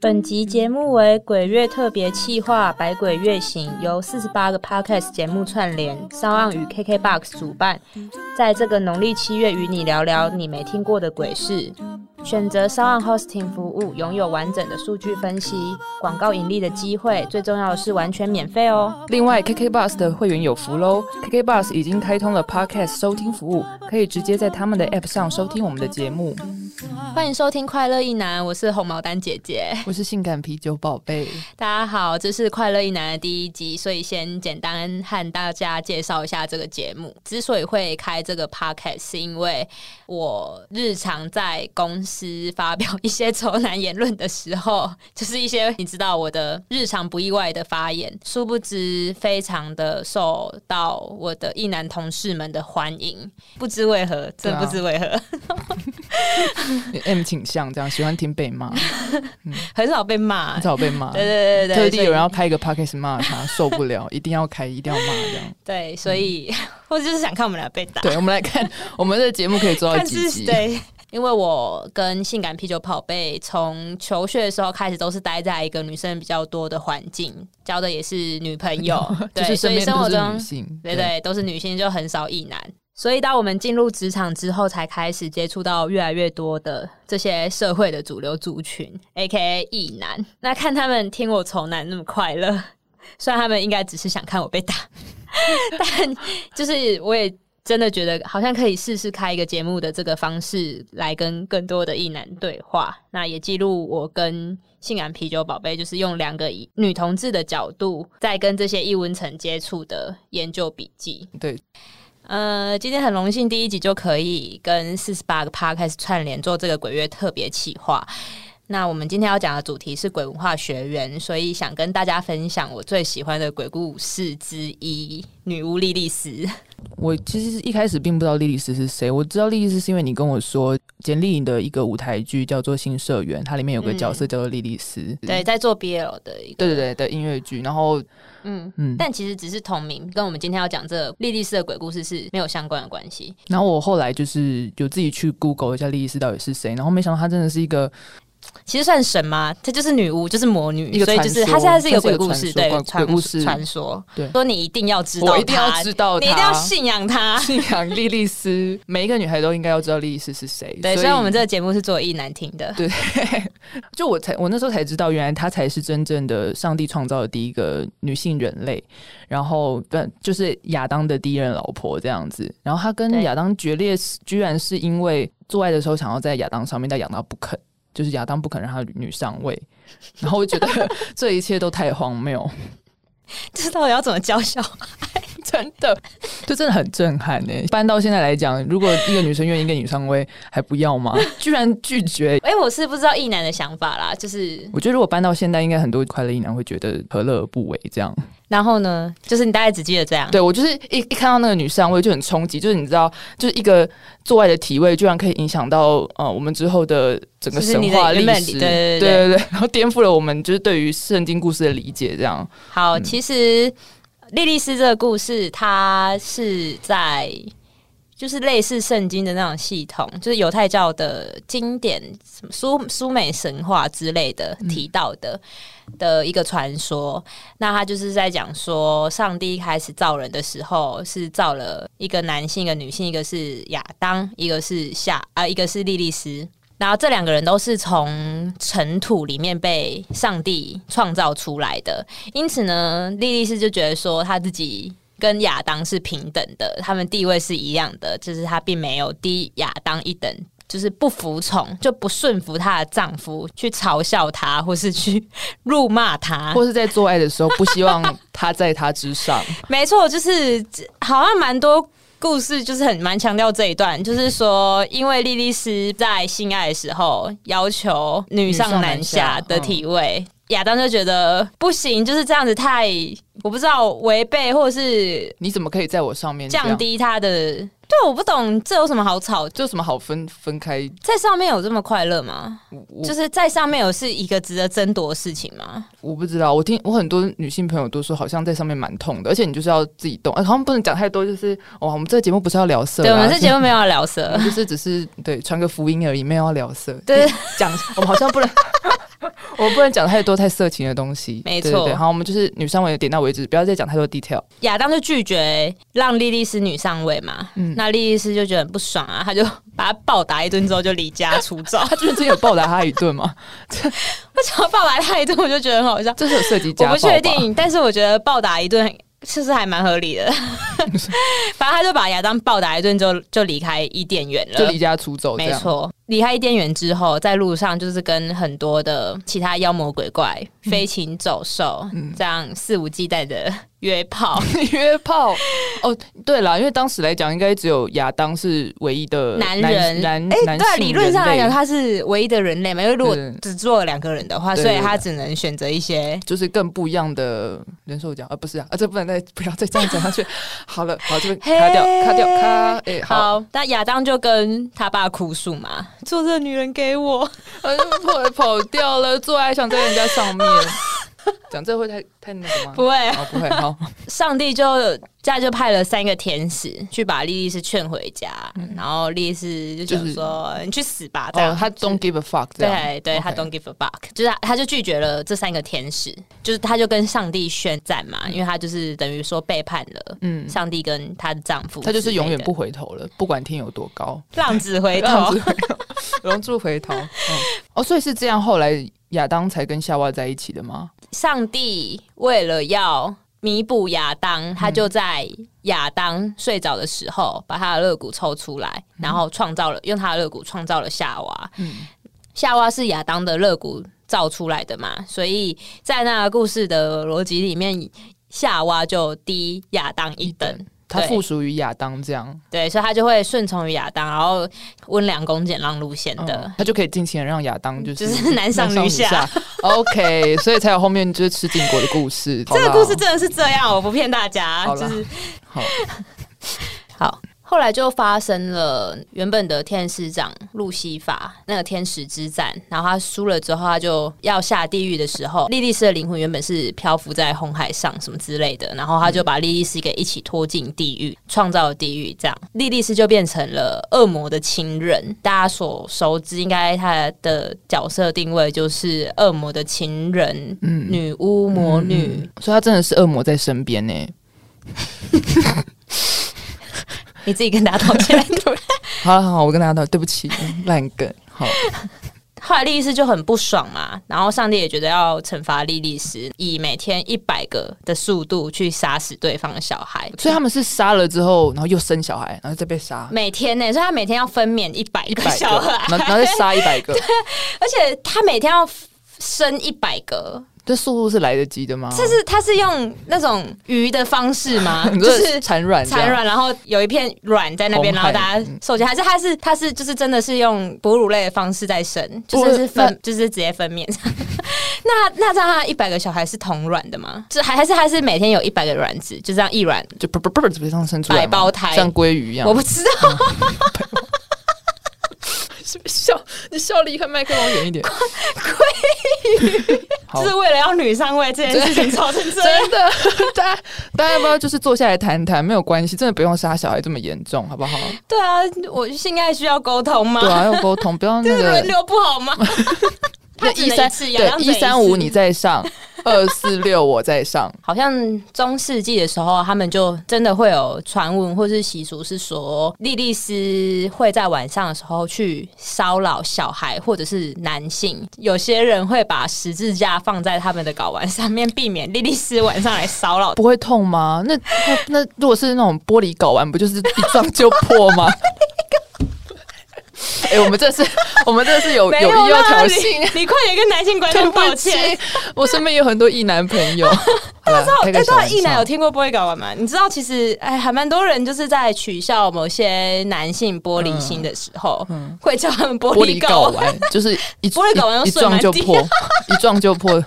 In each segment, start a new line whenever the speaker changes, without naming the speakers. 本集节目为鬼月特别企划《百鬼月行》，由四十八个 podcast 节目串联，骚浪与 KKBOX 主办，在这个农历七月与你聊聊你没听过的鬼事。选择骚浪 hosting 服务，拥有完整的数据分析、广告盈利的机会，最重要的是完全免费哦。
另外，KKBus 的会员有福喽！KKBus 已经开通了 Podcast 收听服务，可以直接在他们的 App 上收听我们的节目。
欢迎收听《快乐一男》，我是红毛丹姐姐。
我是性感啤酒宝贝，
大家好，这是《快乐一男》的第一集，所以先简单和大家介绍一下这个节目。之所以会开这个 podcast，是因为我日常在公司发表一些丑男言论的时候，就是一些你知道我的日常不意外的发言，殊不知非常的受到我的一男同事们的欢迎。不知为何，真不知为何，
啊有 M 倾向这样喜欢听被骂，
很少被骂
很。少被骂，
对对对对，
特地
所以
有人要开一个 Podcast 骂他，受不了，一定要开，一定要骂这样。
对，所以、 我就是想看我们俩被打，
对，我们来看，我们的节目可以做到
看
哦几
是
集？
对。因为我跟性感啤酒宝贝从求学的时候开始都是待在一个女生比较多的环境，交的也是女朋友，
就
对，
是
所
身
以
边
生活
都是
中
女性，
对对，都是女性，就很少异男。所以，当我们进入职场之后，才开始接触到越来越多的这些社会的主流族群，A K A 异男。那看他们听我丑男那么快乐， 虽然他们应该只是想看我被打， 但就是我也真的觉得好像可以试试开一个节目的这个方式来跟更多的异男对话。那也记录我跟性感啤酒宝贝，就是用两个以女同志的角度，在跟这些异温层接触的研究笔记。
对，
呃，今天很荣幸第一集就可以跟四十八个 p 开始串联做这个鬼月特别企划。那我们今天要讲的主题是鬼文化学院，所以想跟大家分享我最喜欢的鬼故事之一——女巫莉莉丝。
我其实一开始并不知道莉莉丝是谁，我知道莉莉丝是因为你跟我说简历的一个舞台剧叫做《新社员》，它里面有个角色叫做莉莉丝，
嗯对，在做 BL 的一个，
嗯对对对的音乐剧，然后
嗯。
嗯，
但其实只是同名，跟我们今天要讲这莉莉丝的鬼故事是没有相关的关系。
然后我后来就是有自己去 Google 一下莉莉丝到底是谁，然后没想到她真的是一个
其实算神吗？她就是女巫，就是魔女，
一个
所以就是
传说
她现在是一个
算
鬼
是一个传
故事，对
说，
传
鬼故事
传说，
对
说你一定要知道，
我一定要知道她
你一定要信啊仰她。
信仰莉莉丝，每一个女孩都应该要知道莉莉丝是谁。
对，
所以
虽然我们这个节目是做意难听的，
对， 就我才我那时候才知道，原来她才是真正的上帝创造的第一个女性人类，然后不就是亚当的第一任老婆这样子。然后她跟
对
亚当决裂是，居然是因为做爱的时候想要在亚当上面，但亚当不肯，就是亚当不肯让她女上位。然后我就觉得 这一切都太荒谬，
这到底要怎么教小孩？
真的，这真的很震撼呢、搬到现在来讲，如果一个女生愿意跟你上位，还不要吗？居然拒绝，
哎、我是不知道意男的想法啦，就是
我觉得如果搬到现在，应该很多快乐一男会觉得何乐而不为这样。
然后呢，就是你大概只记得这样，
对我就是一一看到那个女上位就很冲击，就是你知道，就是一个做爱的体位居然可以影响到呃我们之后的整个
就是
神
你的
话历
原本
史，
对对对
对对然后颠覆了我们就是对于圣经故事的理解这样。
好，其实莉莉丝这个故事，它是在就是类似圣经的那种系统，就是犹太教的经典什么苏苏美神话之类的提到的、的一个传说。那他就是在讲说，上帝一开始造人的时候是造了一个男性、一个女性，一个是亚当，一个是夏啊、一个是莉莉丝。然后这两个人都是从尘土里面被上帝创造出来的，因此呢，莉莉丝就觉得说她自己跟亚当是平等的，他们地位是一样的，就是她并没有低亚当一等。就是不服从，就不顺服她的丈夫，去嘲笑她，或是去 辱骂她。
或是在做爱的时候，不希望他在他之上，
没错，就是好像蛮多故事，就是很蛮强调这一段，就是说，因为莉莉丝在性爱的时候要求女上男下的体位。亚当就觉得不行，就是这样子太我不知道违背或者是
你怎么可以在我上面这样
降？低他的。对，我不懂这有什么好吵，
这有什么好分分开？
在上面有这么快乐吗？
我我
就是在上面有是一个值得争夺的事情吗？
我不知道，我听我很多女性朋友都说，好像在上面蛮痛的，而且你就是要自己动，哎，好像不能讲太多，就是哇，我们这个节目不是要聊色啦，
对，我啊们这节
目，
目没有要聊色
就是只是对传个福音而已，没有要聊色，
对，
讲我们好像不 能。我们不能讲太多太色情的东西，
没
对
错
对对好，我们就是女上位点到为止，不要再讲太多 detail。
亚当就拒绝让莉莉丝女上位嘛。
嗯
那莉莉丝就觉得很不爽啊，他就把他暴打一顿之后就离家出 走。
他就是真有暴打他一顿吗？
为什么暴打他一顿，我就觉得很好笑。
这是有涉及
我
家暴
不
吧
确，定，但是我觉得暴打一顿其实还蛮合理的。 反正他就把亚当暴打一顿就就离开伊甸园
就
了。
离家出走这
没
样。
错，离开伊甸园之后，在路上就是跟很多的其他妖魔鬼怪、
嗯
飞禽走兽、这样肆无忌惮的约炮。
约 炮哦，对啦，因为当时来讲，应该只有亚当是唯一的
男人
男
哎、
嗯男
对啊，
性
理论上来
人
讲，
类
他是唯一的人类嘛，因为如果
对
只做了两个人的话，
对
所以
对
他
对
只能选择一些。
就是更不一样的人兽讲，啊，不是啊，啊，这不能再不要再这样讲下去。好了，好，这边
嘿
卡掉，卡掉，卡，哎、好，
好，那亚当就跟他爸哭诉嘛，做这个女人给我，
我就跑跑掉了，做爱想在人家上 面，讲这会太太那个吗？
不会，
好，不会， 好，
上帝就家就派了三个天使去把莉莉丝劝回家，然后莉莉丝就想说、你去死吧，这样。
嗯哦，他 don't give a fuck，这样，
对对，他
OK
don't give a fuck，就是他他就拒绝了这三个天使，就是他就跟上帝宣战嘛，因为他就是等于说背叛了，嗯，上帝跟她的丈夫之
他
类的，
就是永远不回头了，不管天有多高，
浪子 回
浪
头
子，回头，龙柱回头，嗯， 哦，所以是这样，后来亚当才跟夏娃在一起的吗？
上帝为了要弥补亚当，他就在亚当睡着的时候，把他的肋骨抽出来，然后创造了用他的肋骨创造了夏娃。夏娃是亚当的肋骨造出来的嘛，所以在那个故事的逻辑里面，夏娃就低亚当一等。
他
对
附属于亚当这样，
对，所以他就会顺从于亚当，然后温良恭俭让路线的。
嗯他就可以尽情的让亚当就是
就是男上女下
OK，所以才有后面就是吃禁果的故事。
这个
好啦
故事真的是这样，我不骗大家，
好啦
就是
好，
好，后来就发生了原本的天使长路西法那个天使之战，然后他输了之后，他就要下地狱的时候，莉莉丝的灵魂原本是漂浮在红海上什么之类的，然后他就把莉莉丝给一起拖进地狱，创造了地狱，这样莉莉丝就变成了恶魔的亲人。大家所熟知，应该她的角色定位就是恶魔的情人、
嗯
女巫、魔女。
所以他真的是恶魔在身边欸呢。
你自己跟大家道 歉。
好了，好了，我跟大家道，对不 起，嗯烂梗。好，
后来莉莉丝就很不爽嘛，然后上帝也觉得要惩罚莉莉丝，以每天一百个的速度去杀死对方的小孩，
所以他们是杀了之后，然后又生小孩，然后再被杀
每天呢、所以他每天要分娩一百个
100个
小孩，
然后然后再杀一百个，
而且他每天要生一百个，
这速度是来得及的吗？
这是他是用那种鱼的方式吗？
你
就
说
是。
产卵这样，
产卵，然后有一片卵在那边，
红
然
海嗯
后大家受精，还是他是他是就是真的是用哺乳类的方式在生，就
不
是
是
是分就是直接分娩。 那那这样他一百个小孩是同卵的吗？就还还是还是每天有一百个卵子，就这样一卵？
就啵啵啵啵这样生出来吗，
百胞胎
像鲑鱼一样嗯
我。不知道，
是不是笑，你笑离开麦克风远一点。鲑鱼，好
就。是为了要女上位这件事情吵成这样。
真的， 大家大家要不要就是坐下来谈谈，没有关系，真的不用杀小孩这么严重，好 不好？
对啊，我性爱需要沟通吗？
对啊，要沟通，不要
就
那
是轮
个。
流不好吗？
那
他只能
三
一次
对
两者
一
一
三
次
五你再上，二四六我再上，
好像中世纪的时候，他们就真的会有传闻或是习俗，是说莉莉丝会在晚上的时候去骚扰小孩或者是男性。有些人会把十字架放在他们的睾丸上面，避免莉莉丝晚上来骚 扰。
不会痛吗？那那那如果是那种玻璃睾丸，不就是一撞就破 吗？哎、我们这是我们这是有
没
有意要
啦
挑
你
衅，
你快点跟男性观众道 歉。，
我身边有很多异男朋 友。好啦
哎
开
对
个小
啊，
玩
一男有
笑，
听过玻璃睾丸吗？你知道，其实哎，还蛮多人就是在取笑某些男性玻璃心的时候，会叫他们玻
嗯玻璃
璃睾
睾
丸。
丸就是一
玻璃睾丸
一一
用碎
撞
蛮
就
低啊
破，一撞就破。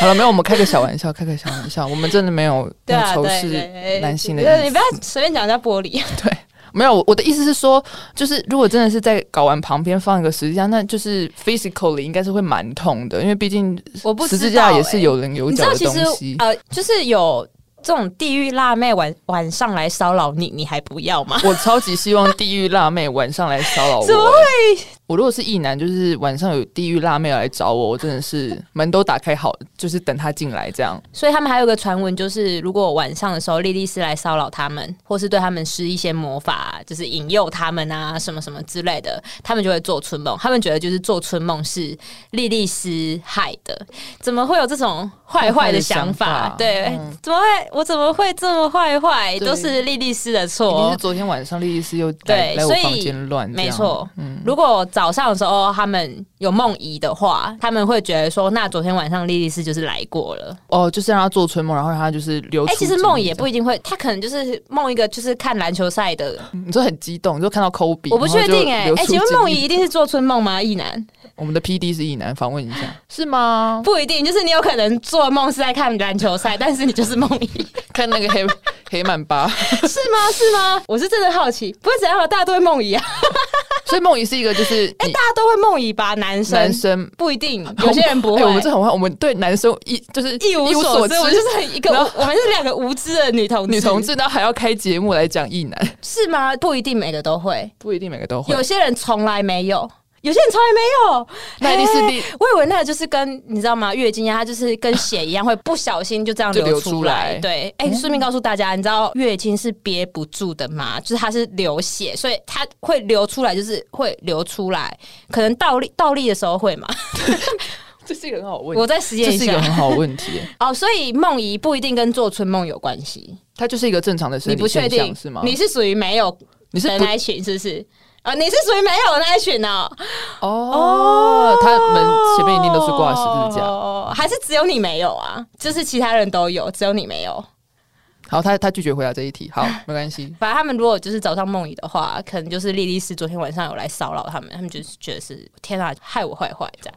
好了，没有，我们开个小玩笑，开个小玩笑，我们真的没有
对
要
啊，
仇
对
视
对，
男性的
对你
意
不
思
要。随便讲人家玻璃，
对，没有，我我的意思是说，就是如果真的是在睾丸旁边放一个十字架，那就是 physically 应该是会蛮痛的，因为毕竟
我不
十字
知
架
道
也
欸
是有棱有
你知
角
道，
的
其
东
实
西。
呃，就是有这种地狱辣妹晚晚上来骚扰你，你还不要吗？
我超级希望地狱辣妹晚上来骚扰我、
怎么
会？我如果是异男，就是晚上有地狱辣妹来找我，我真的是门都打开好，就是等她进来这样。
所以他们还有一个传闻，就是如果晚上的时候莉莉丝来骚扰他们，或是对他们施一些魔法，啊就是引诱他们啊，什么什么之类的，他们就会做春梦。他们觉得就是做春梦是莉莉丝害的，怎么会有这种坏
坏坏
坏的想
的想
法
法？
对，
嗯
怎么会我怎么会这么坏坏？
对
都是莉莉丝的
一定
错
是。昨天晚上莉莉丝又来
对
来我
所以
房间乱，嗯
没错，。如果早上的时候他们有梦遗的话，他们会觉得说，那昨天晚上莉莉丝就是来过了。
哦，就是让她做春梦，然后让她就是流。
哎、其实梦也不，一定会，他可能就是梦一个就是看篮球赛的，
你说很激动，你就看到抠鼻，
我不确定哎、
哎、
哎、请问梦
怡，
怡一定是做春梦吗？意男
我们的 P D 是一男，访问一 下是吗？
不一定，就是你有可能做梦是在看篮球赛，但是你就是梦 怡，
看那个黑黑曼巴，
是吗？是吗？我是真的好奇，不会怎样吧？大家都会梦怡啊，
所以梦怡是一个就是你
哎大家都会梦怡吧？男生
男生
不一定，有些人不 会。
哎我们这很坏，我们对男生一就是
一无所
所
知，我们就是很一个
然后，
我 们是两个无知的女同志
女同志，然后还要开节目来讲异男，
是吗？不一定每个都会，
不一定每个都会
有。些人从来没有，有些人从来没有。
那一定是
嘿
第
我以为那个就是跟你知道吗？月经一样，它就是跟血一样，会不小心就这样
就流
流
出
出
来
来。对，哎、顺、便告诉大家，你知道月经是憋不住的嘛？就是它是流血，所以它会流出来，就是会流出来。可能倒立倒立的时候会嘛？
这是一个很好的问
我
题，
再实
这
验一
是一个
下。
很好的问题，
哦，所以梦遗不一定跟做春梦有关系，
它就是一个正常的
你
生
不
理
确
现
定
象是吗？
你是属于没有
你是
的
不
那一群是不是？啊、你是属于没有的那一群哦。
哦，他们前面一定都是挂十字架。
哦，还是只有你没有啊？就是其他人都有，只有你没有。
好，他他拒绝回答这一题，好，没关 系。
反正他们如果就是早上梦遗的话，可能就是莉莉丝昨天晚上有来骚扰他们，他们就是觉得是天啊，害我坏坏这样。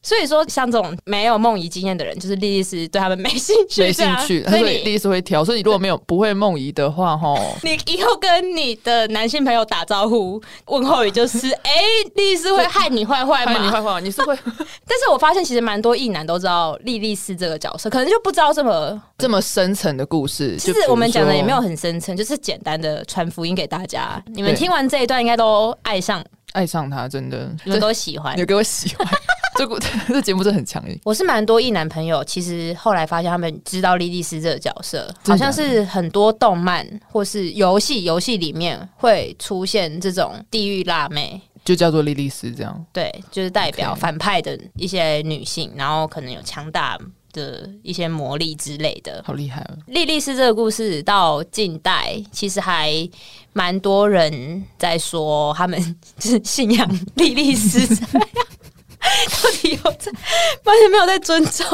所以说，像这种没有梦遗经验的人，就是莉莉丝对他们没兴趣，
没兴趣，
这样
他
啊所
说
以
第
你
一次会挑，所以你如果没有不会梦遗的话， 吼，
你以后跟你的男性朋友打招呼，问候 语就是：哎、莉莉丝会害你坏坏
哎，你
吗？
坏话，你是会
但是我发现其实蛮多异男都知道莉莉丝这个角色，可能就不知道这么
这么深层的故事。
其
就比
实
如
我们讲的也
说
没有很深层，就是简单的传福音给大家。你们
对
听完这一段，应该都爱上，
爱上他，真的，
你们都喜欢
你。有给我喜欢。 这故这节目真的很强硬，
我是蛮多异男朋友，其实后来发现他们知道莉莉丝这个角色，
真的
好像是很多动漫或是游戏游戏里面会出现这种地狱辣妹。
就叫做莉莉丝这样。
对，就是代表
OK
反派的一些女性，然后可能有强大的一些魔力之类的。
好厉害哦！
莉莉丝这个故事到近代，其实还蛮多人在说他们 就是信仰莉莉丝这样，到底有在完全没有在尊重。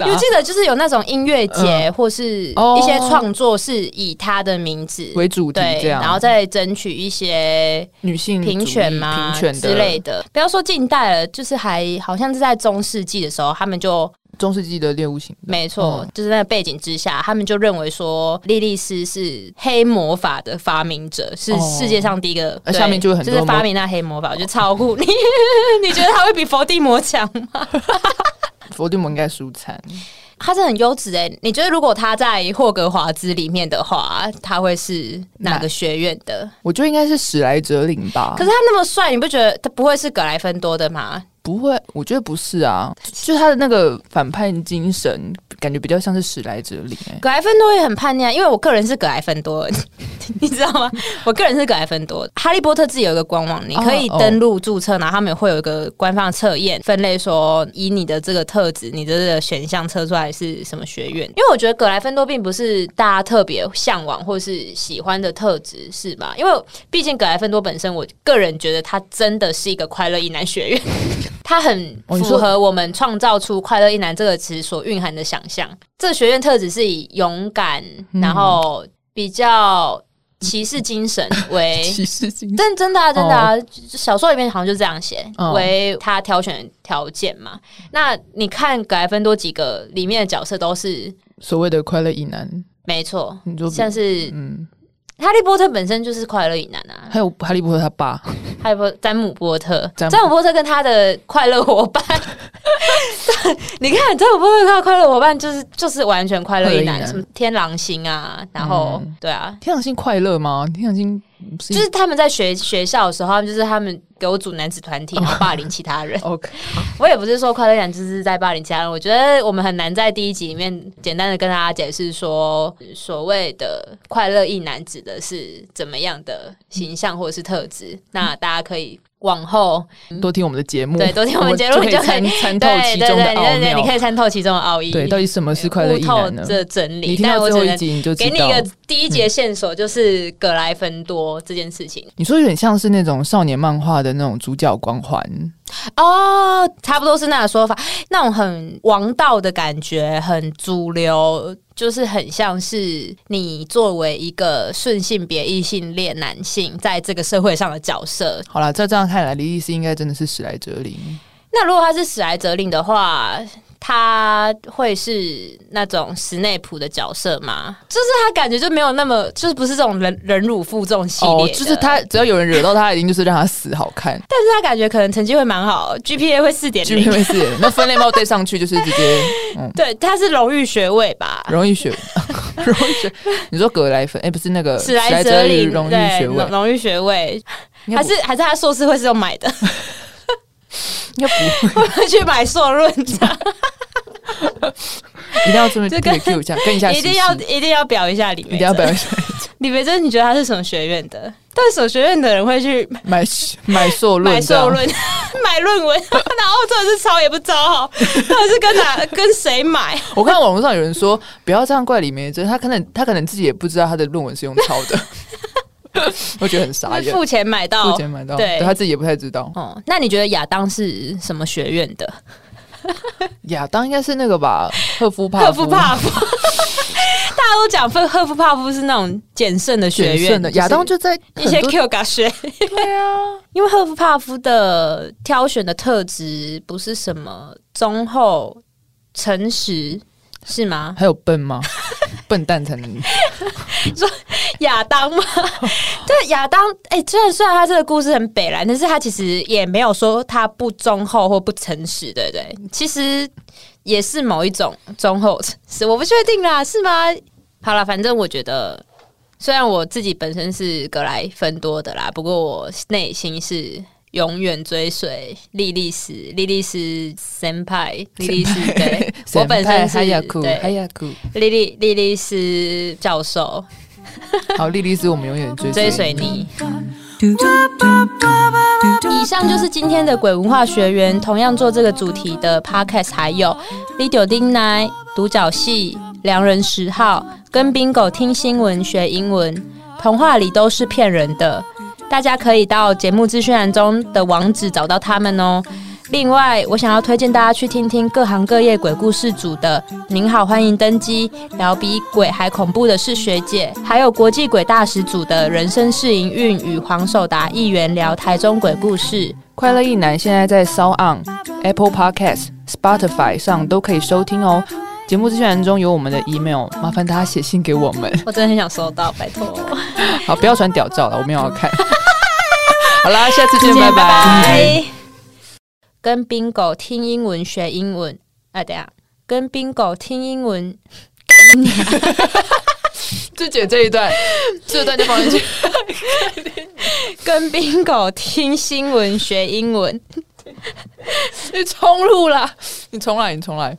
因为记得就是有那种音乐
嗯
节、或是一些创作是以他的名字
哦为主题
对，
这样，
然后再争取一些
女性
平
嗯主义
权嘛
平权的
之类的。不要说近代了，就是还好像是在中世纪的时候，他们就
中世纪的猎物型
没错，
嗯
就是那个背景之下，他们就认为说莉莉丝是黑魔法的发明者，是
哦
世界上第一个。
呃
对
下面就有很多
就是发
魔哦
明那黑魔法，我觉得超酷。你 你觉得他会比伏地魔强吗？
佛地魔应该输惨，
他是很优质诶，你觉得如果他在霍格华兹里面的话，他会是哪个学院的？
我觉得应该是史莱哲林吧。
可是他那么帅，你不觉得他不会是格莱芬多的吗？
不会，我觉得不是啊，就是他的那个反叛精神，感觉比较像是史莱哲林、哎，
格莱芬多也很叛逆啊，因为我个人是格莱芬多， 你知道吗？我个人是格莱芬多。哈利波特自己有一个官网，你可以
哦哦
登录注册，然后他们会有一个官方测验，分类说以你的这个特质，你的这个选项测出来是什么学院。因为我觉得格莱芬多并不是大家特别向往或是喜欢的特质，是吧？因为毕竟格莱芬多本身，我个人觉得他真的是一个快乐一男学院。它很
哦你
符
说
合我们创造出“快乐一男”这个词所蕴含的
嗯
想象。这学院特质是以勇敢，然后比较骑士精神 为
骑士精神。
但真的啊，真的啊，就小说里面好像就这样写，
哦
为他挑选的条件嘛。那你看格莱芬多几个里面的角色都是
所谓的快乐以南，
没错
你说，比
像是
嗯，
哈利波特本身就是快乐以南啊，
还有哈利波特他爸，
哈利波詹姆波特，
詹姆
詹姆波特跟他的快乐伙伴， 你看詹姆波特跟他的快乐伙伴就是就是完全快乐一
快乐一
男，
男
什么天狼星啊，然后、
嗯
对啊，
天狼星快乐吗？天狼星是
就是他们在学学校的时候，他们就是他们给我组男子团 体，然后霸凌其他人。
OK，
我也不是说快乐男就是在霸凌其他人，我觉得我们很难在第一集里面简单的跟大家解释说所谓的快乐一男指的是怎么样的形象或者是特质。那大家可以往后
多听我们的节目，
嗯对多听我们节目
我们就
就可
参
以
参透
对
其
对
中的
对，
奥
你对对你可
妙。
以参透其中的奥义，
对，到底什么是快乐
悟
以
透
南呢？
这整
你
理。
听
但
到
我
最
只
后一
能
集你就知
给你
道
一个。第一节线索，就是葛莱芬多这件事情
你说有点像是那种少年漫画的那种主角光环，
哦，差不多是那个说法，那种很王道的感觉，很主流，就是很像是你作为一个顺性别异性恋男性在这个社会上的角色。
好啦，照这样看来，李丽斯应该真的是史莱哲林。
那如果他是史莱哲林的话，他会是那种史内普的角色吗？就是他感觉就没有那么，就是不是这种忍忍辱负重系列、
哦，就是。他只要有人惹到他，一定就是让他死好看。
但是他感觉可能成绩会蛮好，GPA 会四点
就
零，
会是那分类帽戴上去就是直 接嗯，
对，他是荣誉学位吧？
荣誉学 荣誉学。你说葛莱芬，哎、不是那个
史莱哲林
荣誉
对
学位
荣，荣誉学位，
应该
还
不
是还是他硕士会是用 买的，
应该不会，
去买硕论这样，
一定要这么
这个
Q 一下，跟一下时
一
事，
定要一定要表一下李梅珍，
一定要表现
李梅珍，你觉得他是什么学院的？但什么学院的人会去
买买硕论
买
这样
硕，论、 买论 文，然后真的是抄也不抄好，到底是跟 哪跟谁买？
我看网络上有人说，不要这样怪李梅珍，她可能她可能自己也不知道她的论文是用抄 的，我觉得很傻眼。
啊付钱买到
付。钱买到，
对
对她自己也不太知道。
哦，那你觉得亚当是什么学院的？
亚当应该是那个吧，赫夫帕
赫夫帕 夫，大家都讲赫赫夫帕夫是那种简圣的学
选
院
胜的亚当
就
就在
是一些
很多
Q 嘎学
对啊，
因为赫夫帕夫的挑选的特质不是什么忠厚、诚实，是吗？
还有笨 吗？笨蛋才能，
亚当吗？对，亚当。哎、虽然虽然他这个故事很北蓝，但是他其实也没有说他不忠厚或不诚实，对不对？其实也是某一种忠厚诚实，我不确定啦，是吗？好了，反正我觉得，虽然我自己本身是格莱芬多的啦，不过我内心是。永远追随莉莉丝，莉莉丝 senpai，莉莉丝对 我本身
海雅
是
库，
对
海雅库。
莉莉莉莉丝教授
好，莉莉丝，我们永远追
追随你。以上就是今天的鬼文化学员，同样做这个主题的 podcast，还有 Video 丁奶、独角戏、良人十号、跟 Bingo 听新闻学英文，童话里都是骗人的。大家可以到节目资讯栏中的网址找到他们哦。另外，我想要推荐大家去听听各行各业鬼故事组的《您好，欢迎登机》，聊比鬼还恐怖的是学姐，还有国际鬼大使组的人生试营运与黄守达议员聊台中鬼故事。
快乐一男现在在 s o On、Apple Podcast、Spotify 上都可以收听哦。节目资讯栏中有我们的 email，麻烦大家写信给我们。
我真的很想收到，拜托。
好，不要传屌照了，我们要看。 好啦，下次见，
拜
拜拜。
拜。跟 Bingo 听英文学英文啊，等一下跟 Bingo 听英文
就姐这一段，这一段就放 进去。
跟 Bingo 听新闻学英文。
你重录啦，你重来，你重来。